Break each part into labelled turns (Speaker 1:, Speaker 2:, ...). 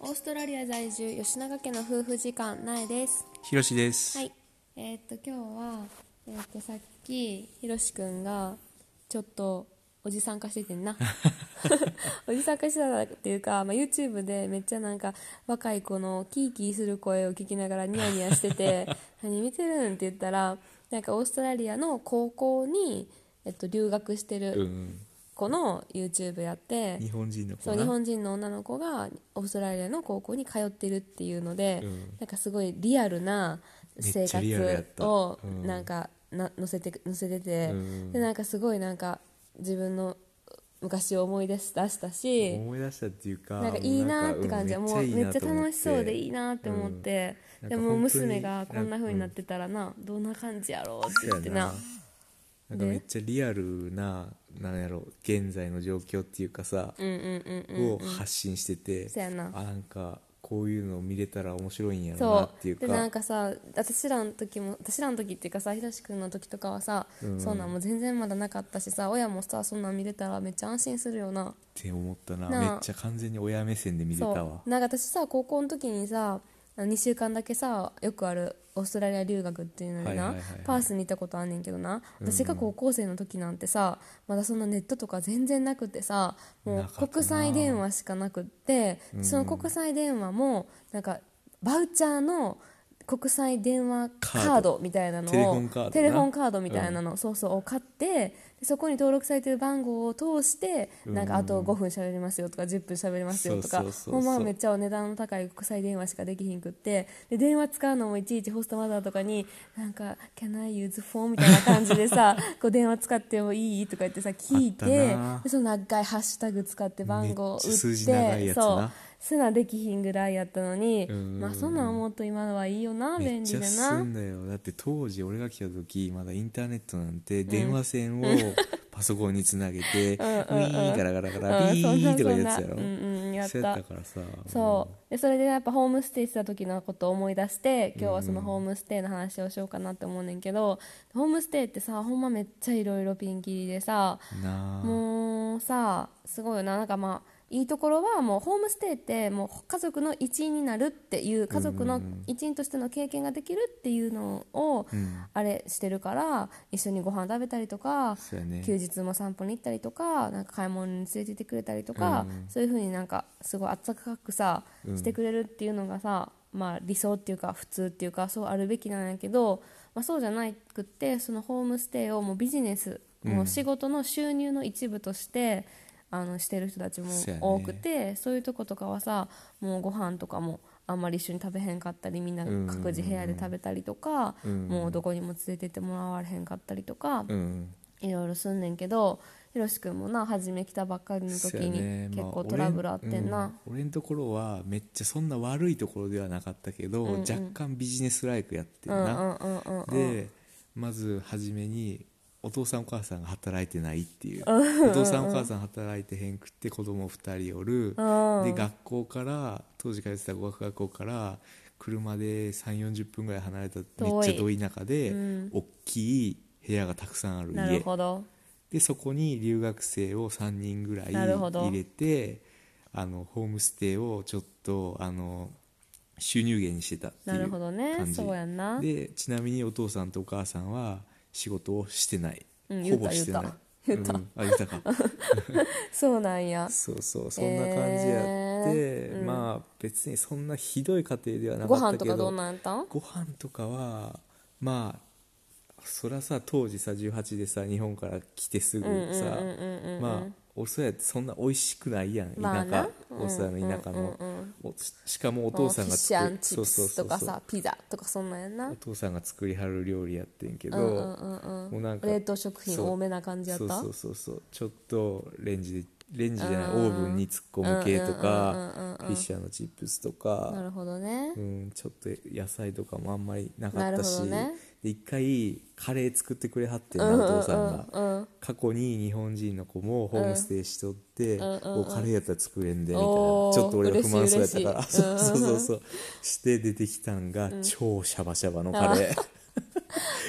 Speaker 1: オーストラリア在住吉永家の夫婦時間苗です
Speaker 2: ひろしです。
Speaker 1: はいえーっと今日は、えーっとさっきひろしくんがちょっとおじさん化しててん なおじさん化してたっていうか、まあ、YouTube でめっちゃなんか若い子のキーキーする声を聞きながらニヤニヤして て何見てるんって言ったらなんかオーストラリアの高校に、えっと、留学して
Speaker 2: う
Speaker 1: る
Speaker 2: ん。
Speaker 1: 子の YouTube やって、
Speaker 2: 日本人の子
Speaker 1: そ
Speaker 2: な
Speaker 1: う日本人の女の子がオーストラリアの高校に通ってるっていうので、
Speaker 2: うん
Speaker 1: なんかすごいリアルな生
Speaker 2: めっちゃリアルやっ
Speaker 1: 活
Speaker 2: た
Speaker 1: を
Speaker 2: うん
Speaker 1: なんかな載せて載せてて、
Speaker 2: うん
Speaker 1: でなんかすごいなんか自分の昔を思い出し出したし
Speaker 2: 思い出したっていうか、
Speaker 1: なんかいいなーって感じは
Speaker 2: も
Speaker 1: もう
Speaker 2: うなんか
Speaker 1: めっちゃ楽しそうでいい
Speaker 2: な
Speaker 1: なって思って、
Speaker 2: うん
Speaker 1: で
Speaker 2: なん
Speaker 1: も
Speaker 2: か本当に
Speaker 1: 娘がこんな風になってたらな、どんな感じやろうって言ってな
Speaker 2: と思って。なんかめっちゃリアルな、なんやろ、現在の状況っていうかさ、
Speaker 1: うんうんうんうん
Speaker 2: を発信してて、
Speaker 1: そうやな
Speaker 2: あ、なんか、こういうのを見れたら面白いんやろうな
Speaker 1: そ
Speaker 2: っていううか。
Speaker 1: でなんかさ私らの時も私らの時っていうかさひろしくんの時とかはさ、
Speaker 2: うん
Speaker 1: そんなんもう全然まだなかったしさ親もさそんなん見れたらめっちゃ安心するよな
Speaker 2: って思ったな。
Speaker 1: なあ
Speaker 2: めっちゃ完全に親目線で見れたわ
Speaker 1: そう。なんか私さ高校の時にさ2週間だけさよくあるオーストラリア留学っていうのにな、
Speaker 2: はいはいはいはい
Speaker 1: パースにいたことあんねんけどな私が高校生の時なんてさ、まだそんなネットとか全然なくてさも
Speaker 2: なかった
Speaker 1: う
Speaker 2: な
Speaker 1: 国際電話しかなくってその国際電話もなんかバウチャーの国際電話カードみたいなのを
Speaker 2: テレフォンカードな
Speaker 1: テレフォンカードみたいなの、そうそうを買ってでそこに登録されてる番号を通してなんかあと5分喋りますよとか10分喋りますますよとか
Speaker 2: そうそうそうそ
Speaker 1: ほ
Speaker 2: うん
Speaker 1: まはめっちゃお値段の高い国際電話しかできひんくってで電話使うのもいちいちホストマザーとかになんか「Can I use phone?」みたいな感じで さこう電話使ってもいいとか言ってさ聞い
Speaker 2: あ
Speaker 1: て
Speaker 2: ったな
Speaker 1: でその長いハッシュタグ使って番号を打って
Speaker 2: めっちゃ数字長いやつな
Speaker 1: そうすなできひんぐらいやったのに
Speaker 2: うん
Speaker 1: まあそんなん思うと今のはいいよな
Speaker 2: めっ
Speaker 1: 便
Speaker 2: ち
Speaker 1: 利
Speaker 2: ゃ
Speaker 1: だ
Speaker 2: 進
Speaker 1: なん
Speaker 2: だよだって当時俺が来た時まだインターネットなんて電話線をパソコンにつな げてウィーンガラガラガラ
Speaker 1: うん
Speaker 2: ビ
Speaker 1: そんな
Speaker 2: ーンとか
Speaker 1: そ
Speaker 2: い
Speaker 1: ん
Speaker 2: うや
Speaker 1: な
Speaker 2: つ
Speaker 1: う
Speaker 2: やろ
Speaker 1: んうんやっ
Speaker 2: そうやったたからさ
Speaker 1: そうでそれでやっぱホームステイしてた時のことを思い出して今日はそのホームステイの話をしようかなって思うねんけど、ホームステイってさほんまめっちゃいろいろピンキリでさ
Speaker 2: なあ
Speaker 1: もうさすごいよななんかまあいいところはもうホームステイってもう家族の一員になるっていう家族の一員としての経験ができるっていうのをあれしてるから一緒にご飯食べたりとか
Speaker 2: そうやね
Speaker 1: 休日も散歩に行ったりとかなんか買い物に連れて行ってくれたりとか、そういうふうになんかすごい温かくさしてくれるっていうのがさ、まあ、理想っていうか普通っていうかそうあるべきなんやけど、まあ、そうじゃなくってそのホームステイをもうビジネス、もう仕事の収入の一部としてあのしてる人たちも
Speaker 2: そうやね
Speaker 1: 多くてそう,、いうとことかはさもうご飯とかもあんまり一緒に食べへんかったりみんな各自部屋で食べたりとか、もうどこにも連れてってもらわれへんかったりとか。
Speaker 2: うん
Speaker 1: いろいろすんねんけどひろしくんもな初め来たばっかりの時
Speaker 2: そうや
Speaker 1: に
Speaker 2: ね
Speaker 1: 結
Speaker 2: まあ
Speaker 1: 構トラブルあってんな、
Speaker 2: 俺,、うん、俺のところはめっちゃそんな悪いところではなかったけど、若干ビジネスライクやってんな、
Speaker 1: うんうんうんうん
Speaker 2: でまず初めにお父さんお母さんが働いてないっていうお父さんお母さん働いてへんくって子供二2人おるで学校から当時通ってた語学学校から車で3 4 0分ぐらい離れためっ
Speaker 1: 遠い
Speaker 2: ちゃ遠い中で、大きい部屋がたくさんある
Speaker 1: なる
Speaker 2: 家
Speaker 1: ほど
Speaker 2: でそこに留学生を3人ぐらい
Speaker 1: なるほど
Speaker 2: 入れてあのホームステイをちょっとあの収入源にしてたって
Speaker 1: な
Speaker 2: いう感じ
Speaker 1: るほどねそうやんな
Speaker 2: でちなみにお父さんとお母さんは仕事をしてない、
Speaker 1: うん
Speaker 2: ほぼしてない
Speaker 1: 言った
Speaker 2: うんあ言 ったか
Speaker 1: そうなんや
Speaker 2: そうそうそんな感じやって、
Speaker 1: えーうん
Speaker 2: まあ別にそんなひどい家庭ではなか
Speaker 1: ご
Speaker 2: った
Speaker 1: 飯
Speaker 2: けど
Speaker 1: とかどうなんやったん
Speaker 2: ご飯とかはまあそりゃさ当時さ18でさ日本から来てすぐさまあおそらくそんな美味しくないやん田舎、
Speaker 1: まあな
Speaker 2: おそらく田舎の、おししかもお
Speaker 1: お
Speaker 2: 父さん
Speaker 1: フィ
Speaker 2: が
Speaker 1: ッシュアンチ
Speaker 2: そう
Speaker 1: プ
Speaker 2: そう
Speaker 1: ス
Speaker 2: そ
Speaker 1: と
Speaker 2: う
Speaker 1: か
Speaker 2: そう
Speaker 1: さピザとかそんなんやんな
Speaker 2: お父さんが作りはる料理やってんけど、
Speaker 1: うんうんうん
Speaker 2: もうなんか
Speaker 1: 冷凍食品
Speaker 2: そう
Speaker 1: 多めな感じやった
Speaker 2: そうそうそうそうちょっとレンジでレンジじゃない、オーブンに突っ込む系とか、フィッシャーのチップスと
Speaker 1: な
Speaker 2: か、
Speaker 1: るほどね
Speaker 2: うん、ちょっと野菜とかもあんまりなかっ
Speaker 1: なる
Speaker 2: た
Speaker 1: ほ
Speaker 2: し
Speaker 1: どね
Speaker 2: で一回カレー作ってくれはってんな、お父さんが、過去に日本人の子もホームステイしとって、おカレーやったら作れんでみたいな、
Speaker 1: おー
Speaker 2: ちょっと俺が不満そうやっ
Speaker 1: 嬉しい
Speaker 2: たから、
Speaker 1: 嬉しい
Speaker 2: そうそうそうそうして出てきたんが、超シャバシャバのカレ ー。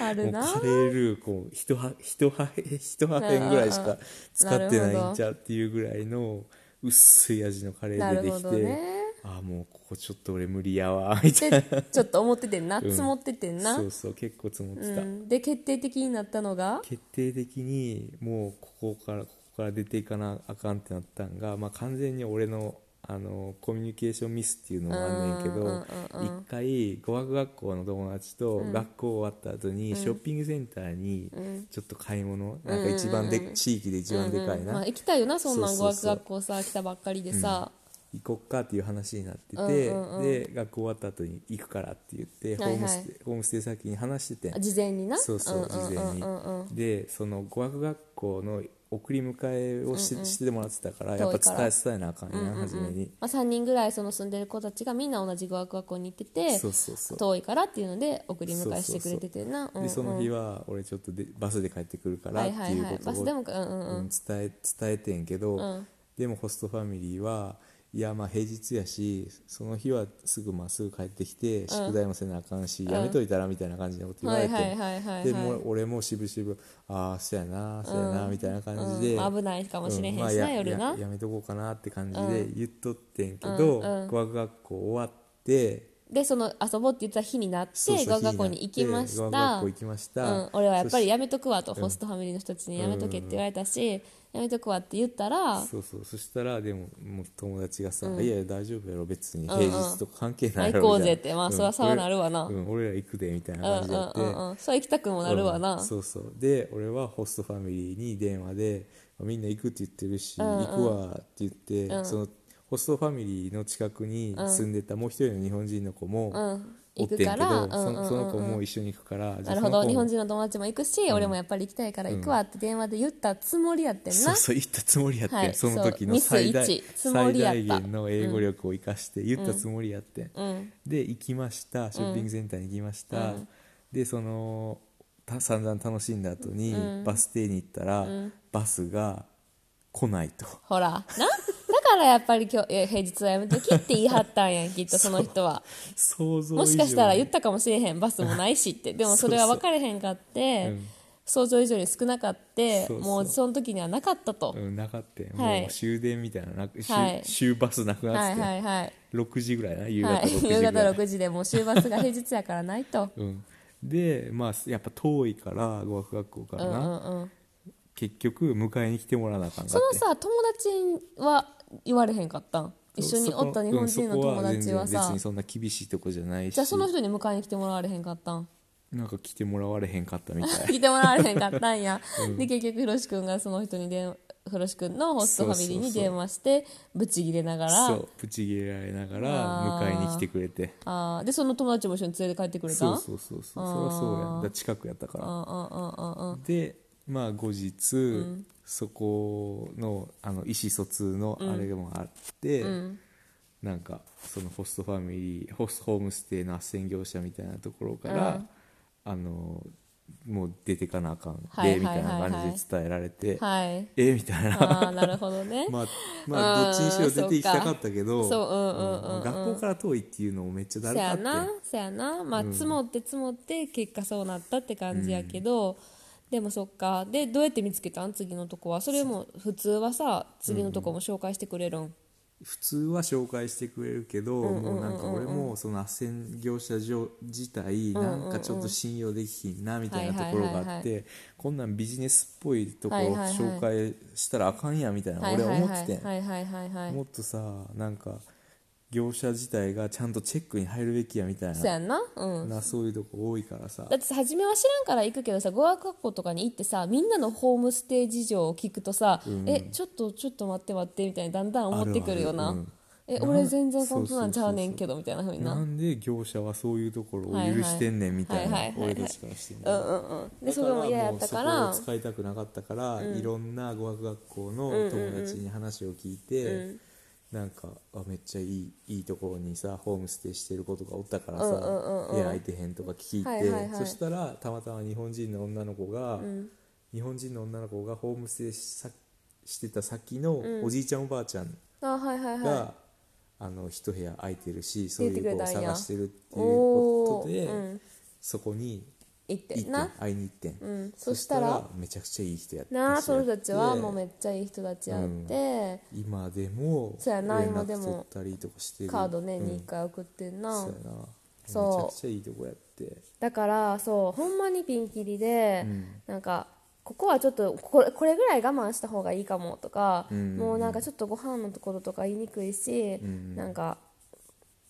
Speaker 1: ある
Speaker 2: もう
Speaker 1: な
Speaker 2: カレールーこう一は一は一はへんぐらいしか使ってないんちゃうっていうぐらいの薄い味のカレー出て
Speaker 1: なる
Speaker 2: き
Speaker 1: ほ
Speaker 2: て、
Speaker 1: どね
Speaker 2: あああもうここちょっと俺無理やわみたいな
Speaker 1: でちょっと思っててんな
Speaker 2: うん
Speaker 1: 積もっててんな、う
Speaker 2: そ
Speaker 1: ん
Speaker 2: うそう結構積もってた、
Speaker 1: で決定的になったのが
Speaker 2: 決定的にもうここからここから出ていかなあかんってなったんが、まあ、完全に俺のあのコミュニケーションミスっていうのもあんねんけ
Speaker 1: うんう
Speaker 2: ど
Speaker 1: んうんうん
Speaker 2: 一回語学学校の友達と
Speaker 1: ん
Speaker 2: 学校終わった後にショッピングセンターに
Speaker 1: うん
Speaker 2: ちょっと買い物
Speaker 1: んうん
Speaker 2: なんか一番で地域で一番でかい
Speaker 1: うんうんまあ、
Speaker 2: な
Speaker 1: 行きたいよなそんなん語
Speaker 2: そう
Speaker 1: 学
Speaker 2: そうそう
Speaker 1: 学校さ来たばっかりでさ、
Speaker 2: 行こっかっていう話になってて
Speaker 1: うんうんうん
Speaker 2: で学校終わった後に行くからって言ってホーム
Speaker 1: は
Speaker 2: ス
Speaker 1: いは
Speaker 2: テホームステイ先に話してて
Speaker 1: 事前にな
Speaker 2: そうそう
Speaker 1: うんん
Speaker 2: 事前に
Speaker 1: うんうんうん
Speaker 2: でその語学学校の送り迎えをし,、
Speaker 1: うんうん
Speaker 2: してもらってたから
Speaker 1: 遠
Speaker 2: やっ
Speaker 1: い
Speaker 2: ぱ
Speaker 1: か
Speaker 2: 伝
Speaker 1: ら
Speaker 2: え伝えなあかんやん、
Speaker 1: うんうんうん
Speaker 2: 初めに、
Speaker 1: まあ、3人ぐらいその住んでる子たちがみんな同じ語学学校に行ってて
Speaker 2: そうそうそう
Speaker 1: 遠いからっていうので送り迎えしてくれててなうんうん
Speaker 2: でその日は俺ちょっとでバスで帰ってくるから
Speaker 1: は
Speaker 2: っ
Speaker 1: い
Speaker 2: て
Speaker 1: はい
Speaker 2: いう
Speaker 1: はい
Speaker 2: こ
Speaker 1: バ
Speaker 2: と
Speaker 1: ス
Speaker 2: を
Speaker 1: でもかうんうんう
Speaker 2: うんん伝え伝えてんけど、
Speaker 1: うん
Speaker 2: でもホストファミリーはいやまあ平日やしその日はすぐまあすぐ帰ってきて宿題もせなあかんし、
Speaker 1: ん
Speaker 2: やめといたらみたいな感じのこと言わ
Speaker 1: は
Speaker 2: れ
Speaker 1: い
Speaker 2: て、
Speaker 1: はいはいはい
Speaker 2: でもう俺もしぶしぶああそうやなそうやな、みたいな感じで、
Speaker 1: うん危ないかもしれへんしな、
Speaker 2: うんまあや
Speaker 1: 夜な
Speaker 2: ややめとこうかなって感じ
Speaker 1: う
Speaker 2: で言っとってんけど、
Speaker 1: うんうん
Speaker 2: 語学学校終わって
Speaker 1: でその遊ぼうって言ってた日になって
Speaker 2: そうそう
Speaker 1: 語学学校
Speaker 2: 日
Speaker 1: に行きまし
Speaker 2: なって語学
Speaker 1: た
Speaker 2: 学校行きまし
Speaker 1: う
Speaker 2: た、
Speaker 1: ん、俺はやっぱり
Speaker 2: や
Speaker 1: やめとくわと
Speaker 2: うん
Speaker 1: ホストファミリーの人たちにやめとけって言われたし、やめとくわって言ったら
Speaker 2: そうそうそしたらでももう友達がさ「
Speaker 1: うん
Speaker 2: いやいや大丈夫やろ別に
Speaker 1: うんうん
Speaker 2: 平日とか関係ないや
Speaker 1: 行
Speaker 2: ろ」
Speaker 1: こう
Speaker 2: みたい
Speaker 1: ぜ
Speaker 2: な
Speaker 1: ってまあそりゃそうなるわな、
Speaker 2: うん俺ら行くでみたいな
Speaker 1: うんう
Speaker 2: 感じでや
Speaker 1: ん
Speaker 2: って、
Speaker 1: うんうんそう行きたくもなるわな、
Speaker 2: うんそうそうで俺はホストファミリーに電話でみんな行くって言ってるし、
Speaker 1: うんうん
Speaker 2: 行くわって言って、
Speaker 1: うん
Speaker 2: そのホストファミリーの近くに住んでたもう一人の日本人の子
Speaker 1: う
Speaker 2: も
Speaker 1: ん、
Speaker 2: お
Speaker 1: 行
Speaker 2: ってん
Speaker 1: く
Speaker 2: けど、
Speaker 1: から、うん
Speaker 2: そ
Speaker 1: うんうんうん
Speaker 2: その子も一緒に行くから、じゃ
Speaker 1: な
Speaker 2: あ
Speaker 1: る
Speaker 2: そ
Speaker 1: ほ
Speaker 2: の子
Speaker 1: ど
Speaker 2: も
Speaker 1: 日本人の友達も行くし、俺もやっぱり行きたいから行くわって電話で言ったつもりやってん
Speaker 2: そ
Speaker 1: な、
Speaker 2: うそう言ったつもりやってん、
Speaker 1: はい
Speaker 2: その時
Speaker 1: そう
Speaker 2: の
Speaker 1: ミス
Speaker 2: 最大
Speaker 1: 一つも
Speaker 2: 最
Speaker 1: りやった
Speaker 2: 大限の英語力を生かして言ったつもりやってん、
Speaker 1: うん
Speaker 2: で行きましたショッピングセンターに行きました、
Speaker 1: うん
Speaker 2: でそのた散々楽しんだ後に、
Speaker 1: うん
Speaker 2: バス停に行ったら、
Speaker 1: ん
Speaker 2: バスが来ないと
Speaker 1: ほらなだからやっぱり今日いや平日はやめときって言い張ったんやんきっ とその人は
Speaker 2: 想像以上に
Speaker 1: もしかしたら言ったかもしれへんバスもないしってでもそれは分かれへんかって
Speaker 2: そうそううん
Speaker 1: 想像以上に少なかって
Speaker 2: そうそう
Speaker 1: もうその時にはなかったと、
Speaker 2: うん、なかったよ、
Speaker 1: はい
Speaker 2: もう終電みたいななく終,、
Speaker 1: はい
Speaker 2: 終バスなく
Speaker 1: は
Speaker 2: なっ
Speaker 1: い
Speaker 2: てて、
Speaker 1: はいはい
Speaker 2: 6時ぐらいな夕方
Speaker 1: は
Speaker 2: 6時
Speaker 1: い
Speaker 2: ぐらい、
Speaker 1: 夕方6時でもう終末が平日やからない と
Speaker 2: うん、でまあやっぱ遠いから語学学校か
Speaker 1: う
Speaker 2: ら
Speaker 1: んう
Speaker 2: な、
Speaker 1: んうん
Speaker 2: 結局迎えに来てもらわなあかんか
Speaker 1: そ
Speaker 2: っ
Speaker 1: の
Speaker 2: て
Speaker 1: さ友達は言われへんかったん一緒におった日本人の友達は
Speaker 2: そこうんそこ全然
Speaker 1: さ、
Speaker 2: 別にそんな厳しいとこじゃないし
Speaker 1: じゃあその人に迎えに来てもらわれへんかったん
Speaker 2: なんか来てもらわれへんかったみたい
Speaker 1: 来てもらわれへんかったん や、で結局ひろし君がその人に電話ひろし君のホストファミリーに電話してブチギレながら
Speaker 2: そうプチ切れられなが
Speaker 1: あ
Speaker 2: ら
Speaker 1: ー
Speaker 2: 迎えに来てくれて
Speaker 1: あーでその友達も一緒に連れて帰ってくれた
Speaker 2: そう
Speaker 1: う
Speaker 2: そうそうそうそりゃそうやんだから近くやったから
Speaker 1: んうんうんうんうん
Speaker 2: でまあ後日、そこのあの意思疎通のあれもあって、なんかそのホストファミリーホストホームステイの斡旋業者みたいなところから、
Speaker 1: うん
Speaker 2: あのもう出てかなあかんで、
Speaker 1: はい
Speaker 2: み
Speaker 1: はいは
Speaker 2: た
Speaker 1: い
Speaker 2: いな
Speaker 1: はい
Speaker 2: 感じで伝えられて、
Speaker 1: はい
Speaker 2: えみたい
Speaker 1: あ
Speaker 2: な
Speaker 1: あなるほどね
Speaker 2: まあ、まあ、どっちにしろ出て行きたかったけど
Speaker 1: そううんうんうんうん
Speaker 2: うん学校から遠いっていうのもめっちゃだ
Speaker 1: そ
Speaker 2: るか
Speaker 1: や
Speaker 2: って
Speaker 1: なそやなまあ積もって積もって結果そうなったって感じやけど、でもそっかでどうやって見つけたん次のとこはそれも普通はさ次のとこも紹介してくれるん、
Speaker 2: 普通は紹介してくれるけど、
Speaker 1: うんうんうんうん
Speaker 2: もうなんか俺もその斡旋業者上自体
Speaker 1: うんうんうん
Speaker 2: なんかちょっと信用できひんなみたいなところがあって、
Speaker 1: はいはいはい
Speaker 2: こんなんビジネスっぽいところ
Speaker 1: はい
Speaker 2: を
Speaker 1: はいはい
Speaker 2: 紹介したらあかんやみたいな
Speaker 1: はい
Speaker 2: 俺
Speaker 1: はい
Speaker 2: 思
Speaker 1: は
Speaker 2: っ
Speaker 1: い
Speaker 2: ててん、
Speaker 1: はいはいはいはい
Speaker 2: もっとさなんか業者自体がちゃんとチェックに入るべきやみたい
Speaker 1: そや
Speaker 2: なん
Speaker 1: なうん
Speaker 2: なそういうとこ多いからさ
Speaker 1: だってさ初めは知らんから行くけどさ語学学校とかに行ってさみんなのホームステイ事情を聞くとさ、えちょっとちょっと待って待ってみたいにだんだん思ってくるよな
Speaker 2: あるあるうん
Speaker 1: え
Speaker 2: なん
Speaker 1: 俺全然そんなんちゃうねんけどみたいなふうにな
Speaker 2: なんで業者はそういうところを許してんねんみた
Speaker 1: は
Speaker 2: い
Speaker 1: い
Speaker 2: な
Speaker 1: はいはいはい
Speaker 2: 俺たちからしてんねん
Speaker 1: うんうんうんでそれも嫌やったから
Speaker 2: もうそこを使いたくなかったから、いろんな語学学校の友達に話を聞いて、なんかあめっちゃいいいいところにさホームステイしてる子とかおったからさ
Speaker 1: うんうんうんうん
Speaker 2: 部屋空いてへんとか聞いて、
Speaker 1: はいはいはい
Speaker 2: そしたらたまたま日本人の女の子が、日本人の女の子がホームステイさしてた先のおじいちゃんおばあちゃん
Speaker 1: あはいはい
Speaker 2: が、
Speaker 1: は
Speaker 2: あの一部屋空いてるしそうい
Speaker 1: 言ってくれ
Speaker 2: う子
Speaker 1: た
Speaker 2: を
Speaker 1: んや
Speaker 2: 探してるっていう
Speaker 1: お
Speaker 2: ことで、
Speaker 1: ーうん
Speaker 2: そこに
Speaker 1: 行って
Speaker 2: 一
Speaker 1: んな
Speaker 2: 点会いに行ってん、
Speaker 1: うんそしたら
Speaker 2: めちゃくちゃいい人やって
Speaker 1: なあ
Speaker 2: 知り
Speaker 1: その
Speaker 2: 合って
Speaker 1: 人たちはもうめっちゃいい人たちやって、
Speaker 2: 今でも
Speaker 1: そうやな今でも
Speaker 2: 連絡取ったりとかしてる
Speaker 1: カードね、
Speaker 2: うん
Speaker 1: に1回送ってんな
Speaker 2: そうやな
Speaker 1: そう
Speaker 2: めちゃくちゃいいとこやって
Speaker 1: だからそうほんまにピンキリで、
Speaker 2: うん
Speaker 1: なんかここはちょっとこれこれぐらい我慢した方がいいかもとか、
Speaker 2: うん
Speaker 1: もうなんかちょっとご飯のところとか言いにくいし、
Speaker 2: ん
Speaker 1: なんか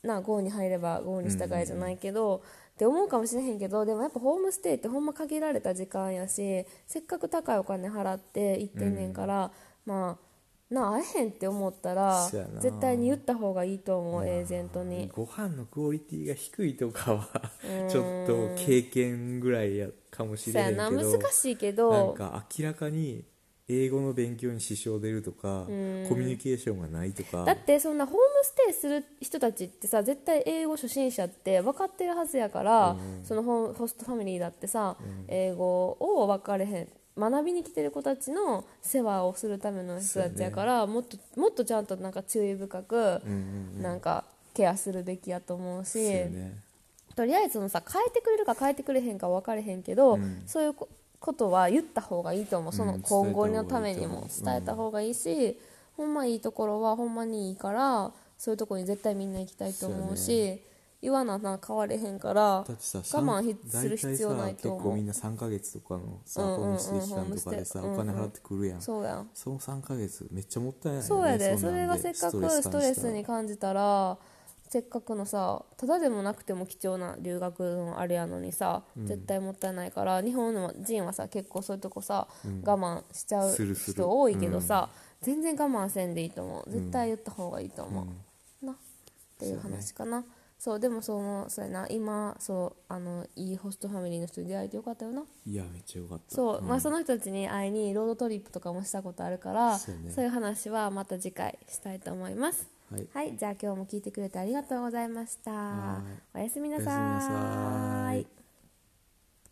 Speaker 1: な郷に入れば郷に従えじゃないけど、って思うかもしれへんけどでもやっぱホームステイってほんま限られた時間やしせっかく高いお金払って行ってんねんから、まあなあ会えへんって思ったら
Speaker 2: そうやな
Speaker 1: 絶対に言った方がいいと思うエージェントに。
Speaker 2: ご飯のクオリティが低いとかはちょっと経験ぐらいやかもし
Speaker 1: そ
Speaker 2: れ
Speaker 1: う
Speaker 2: へ
Speaker 1: や
Speaker 2: んけ
Speaker 1: な
Speaker 2: ど
Speaker 1: 難しいけ
Speaker 2: なん
Speaker 1: ど
Speaker 2: か明らかに英語の勉強に支障出るとかコミュニケーションがないとか
Speaker 1: だってそんなホームステイする人たちってさ絶対英語初心者って分かってるはずやから、そのホームホストファミリーだってさ、英語を分かれへん学びに来てる子たちの世話をするための人たちやから、もっともっとちゃんとなんか注意深く、なんかケアするべきやと思うし。
Speaker 2: そうよね
Speaker 1: とりあえずそのさ変えてくれるか変えてくれへんか分かれへんけど、
Speaker 2: うん
Speaker 1: そういうこことは言った方がいいと思うその
Speaker 2: うん
Speaker 1: 今後のためにも
Speaker 2: 伝
Speaker 1: 伝
Speaker 2: え
Speaker 1: え
Speaker 2: た
Speaker 1: た方がいいし、ほんまいいところはほんまにいいからそういうところに絶対みんな行きたいと思う
Speaker 2: そう
Speaker 1: し言わなな変われへんから我
Speaker 2: だってさ
Speaker 1: 慢ひする必要ないと
Speaker 2: 大体さ結構
Speaker 1: 思
Speaker 2: み
Speaker 1: うん
Speaker 2: な3ヶ月とかのさ
Speaker 1: うんうんうん
Speaker 2: ホームステイ期間とかでさ
Speaker 1: ホー
Speaker 2: お
Speaker 1: ムステ
Speaker 2: 金
Speaker 1: イ
Speaker 2: 払ってくるやんそ
Speaker 1: そうやん
Speaker 2: の3ヶ月めっちゃもったいないよね
Speaker 1: そうやでそ
Speaker 2: ん
Speaker 1: れ
Speaker 2: なん
Speaker 1: がせっかくストレスに感じたらせっかくのさただでもなくても貴重な留学のあれやのにさ、絶対もったいないから日本の人はさ結構そういうとこさ、我慢しちゃう
Speaker 2: するする
Speaker 1: 人多いけどさ、全然我慢せんでいいと思う絶対言った方がいいと思う、なっていう話かなそう,、でもそのそうやな今そうあのいいホストファミリーの人に出会えてよかったよない
Speaker 2: やめっちゃよかった
Speaker 1: そう、まあ、
Speaker 2: ん
Speaker 1: その人たちに会いにロードトリップとかもしたことあるから
Speaker 2: そ
Speaker 1: そうう,、
Speaker 2: ね
Speaker 1: いう話はまた次回したいと思います
Speaker 2: はい
Speaker 1: はいじゃあ今日も聞いてくれてありがとうございました
Speaker 2: は
Speaker 1: おやすみな
Speaker 2: おやすみな
Speaker 1: さ
Speaker 2: さ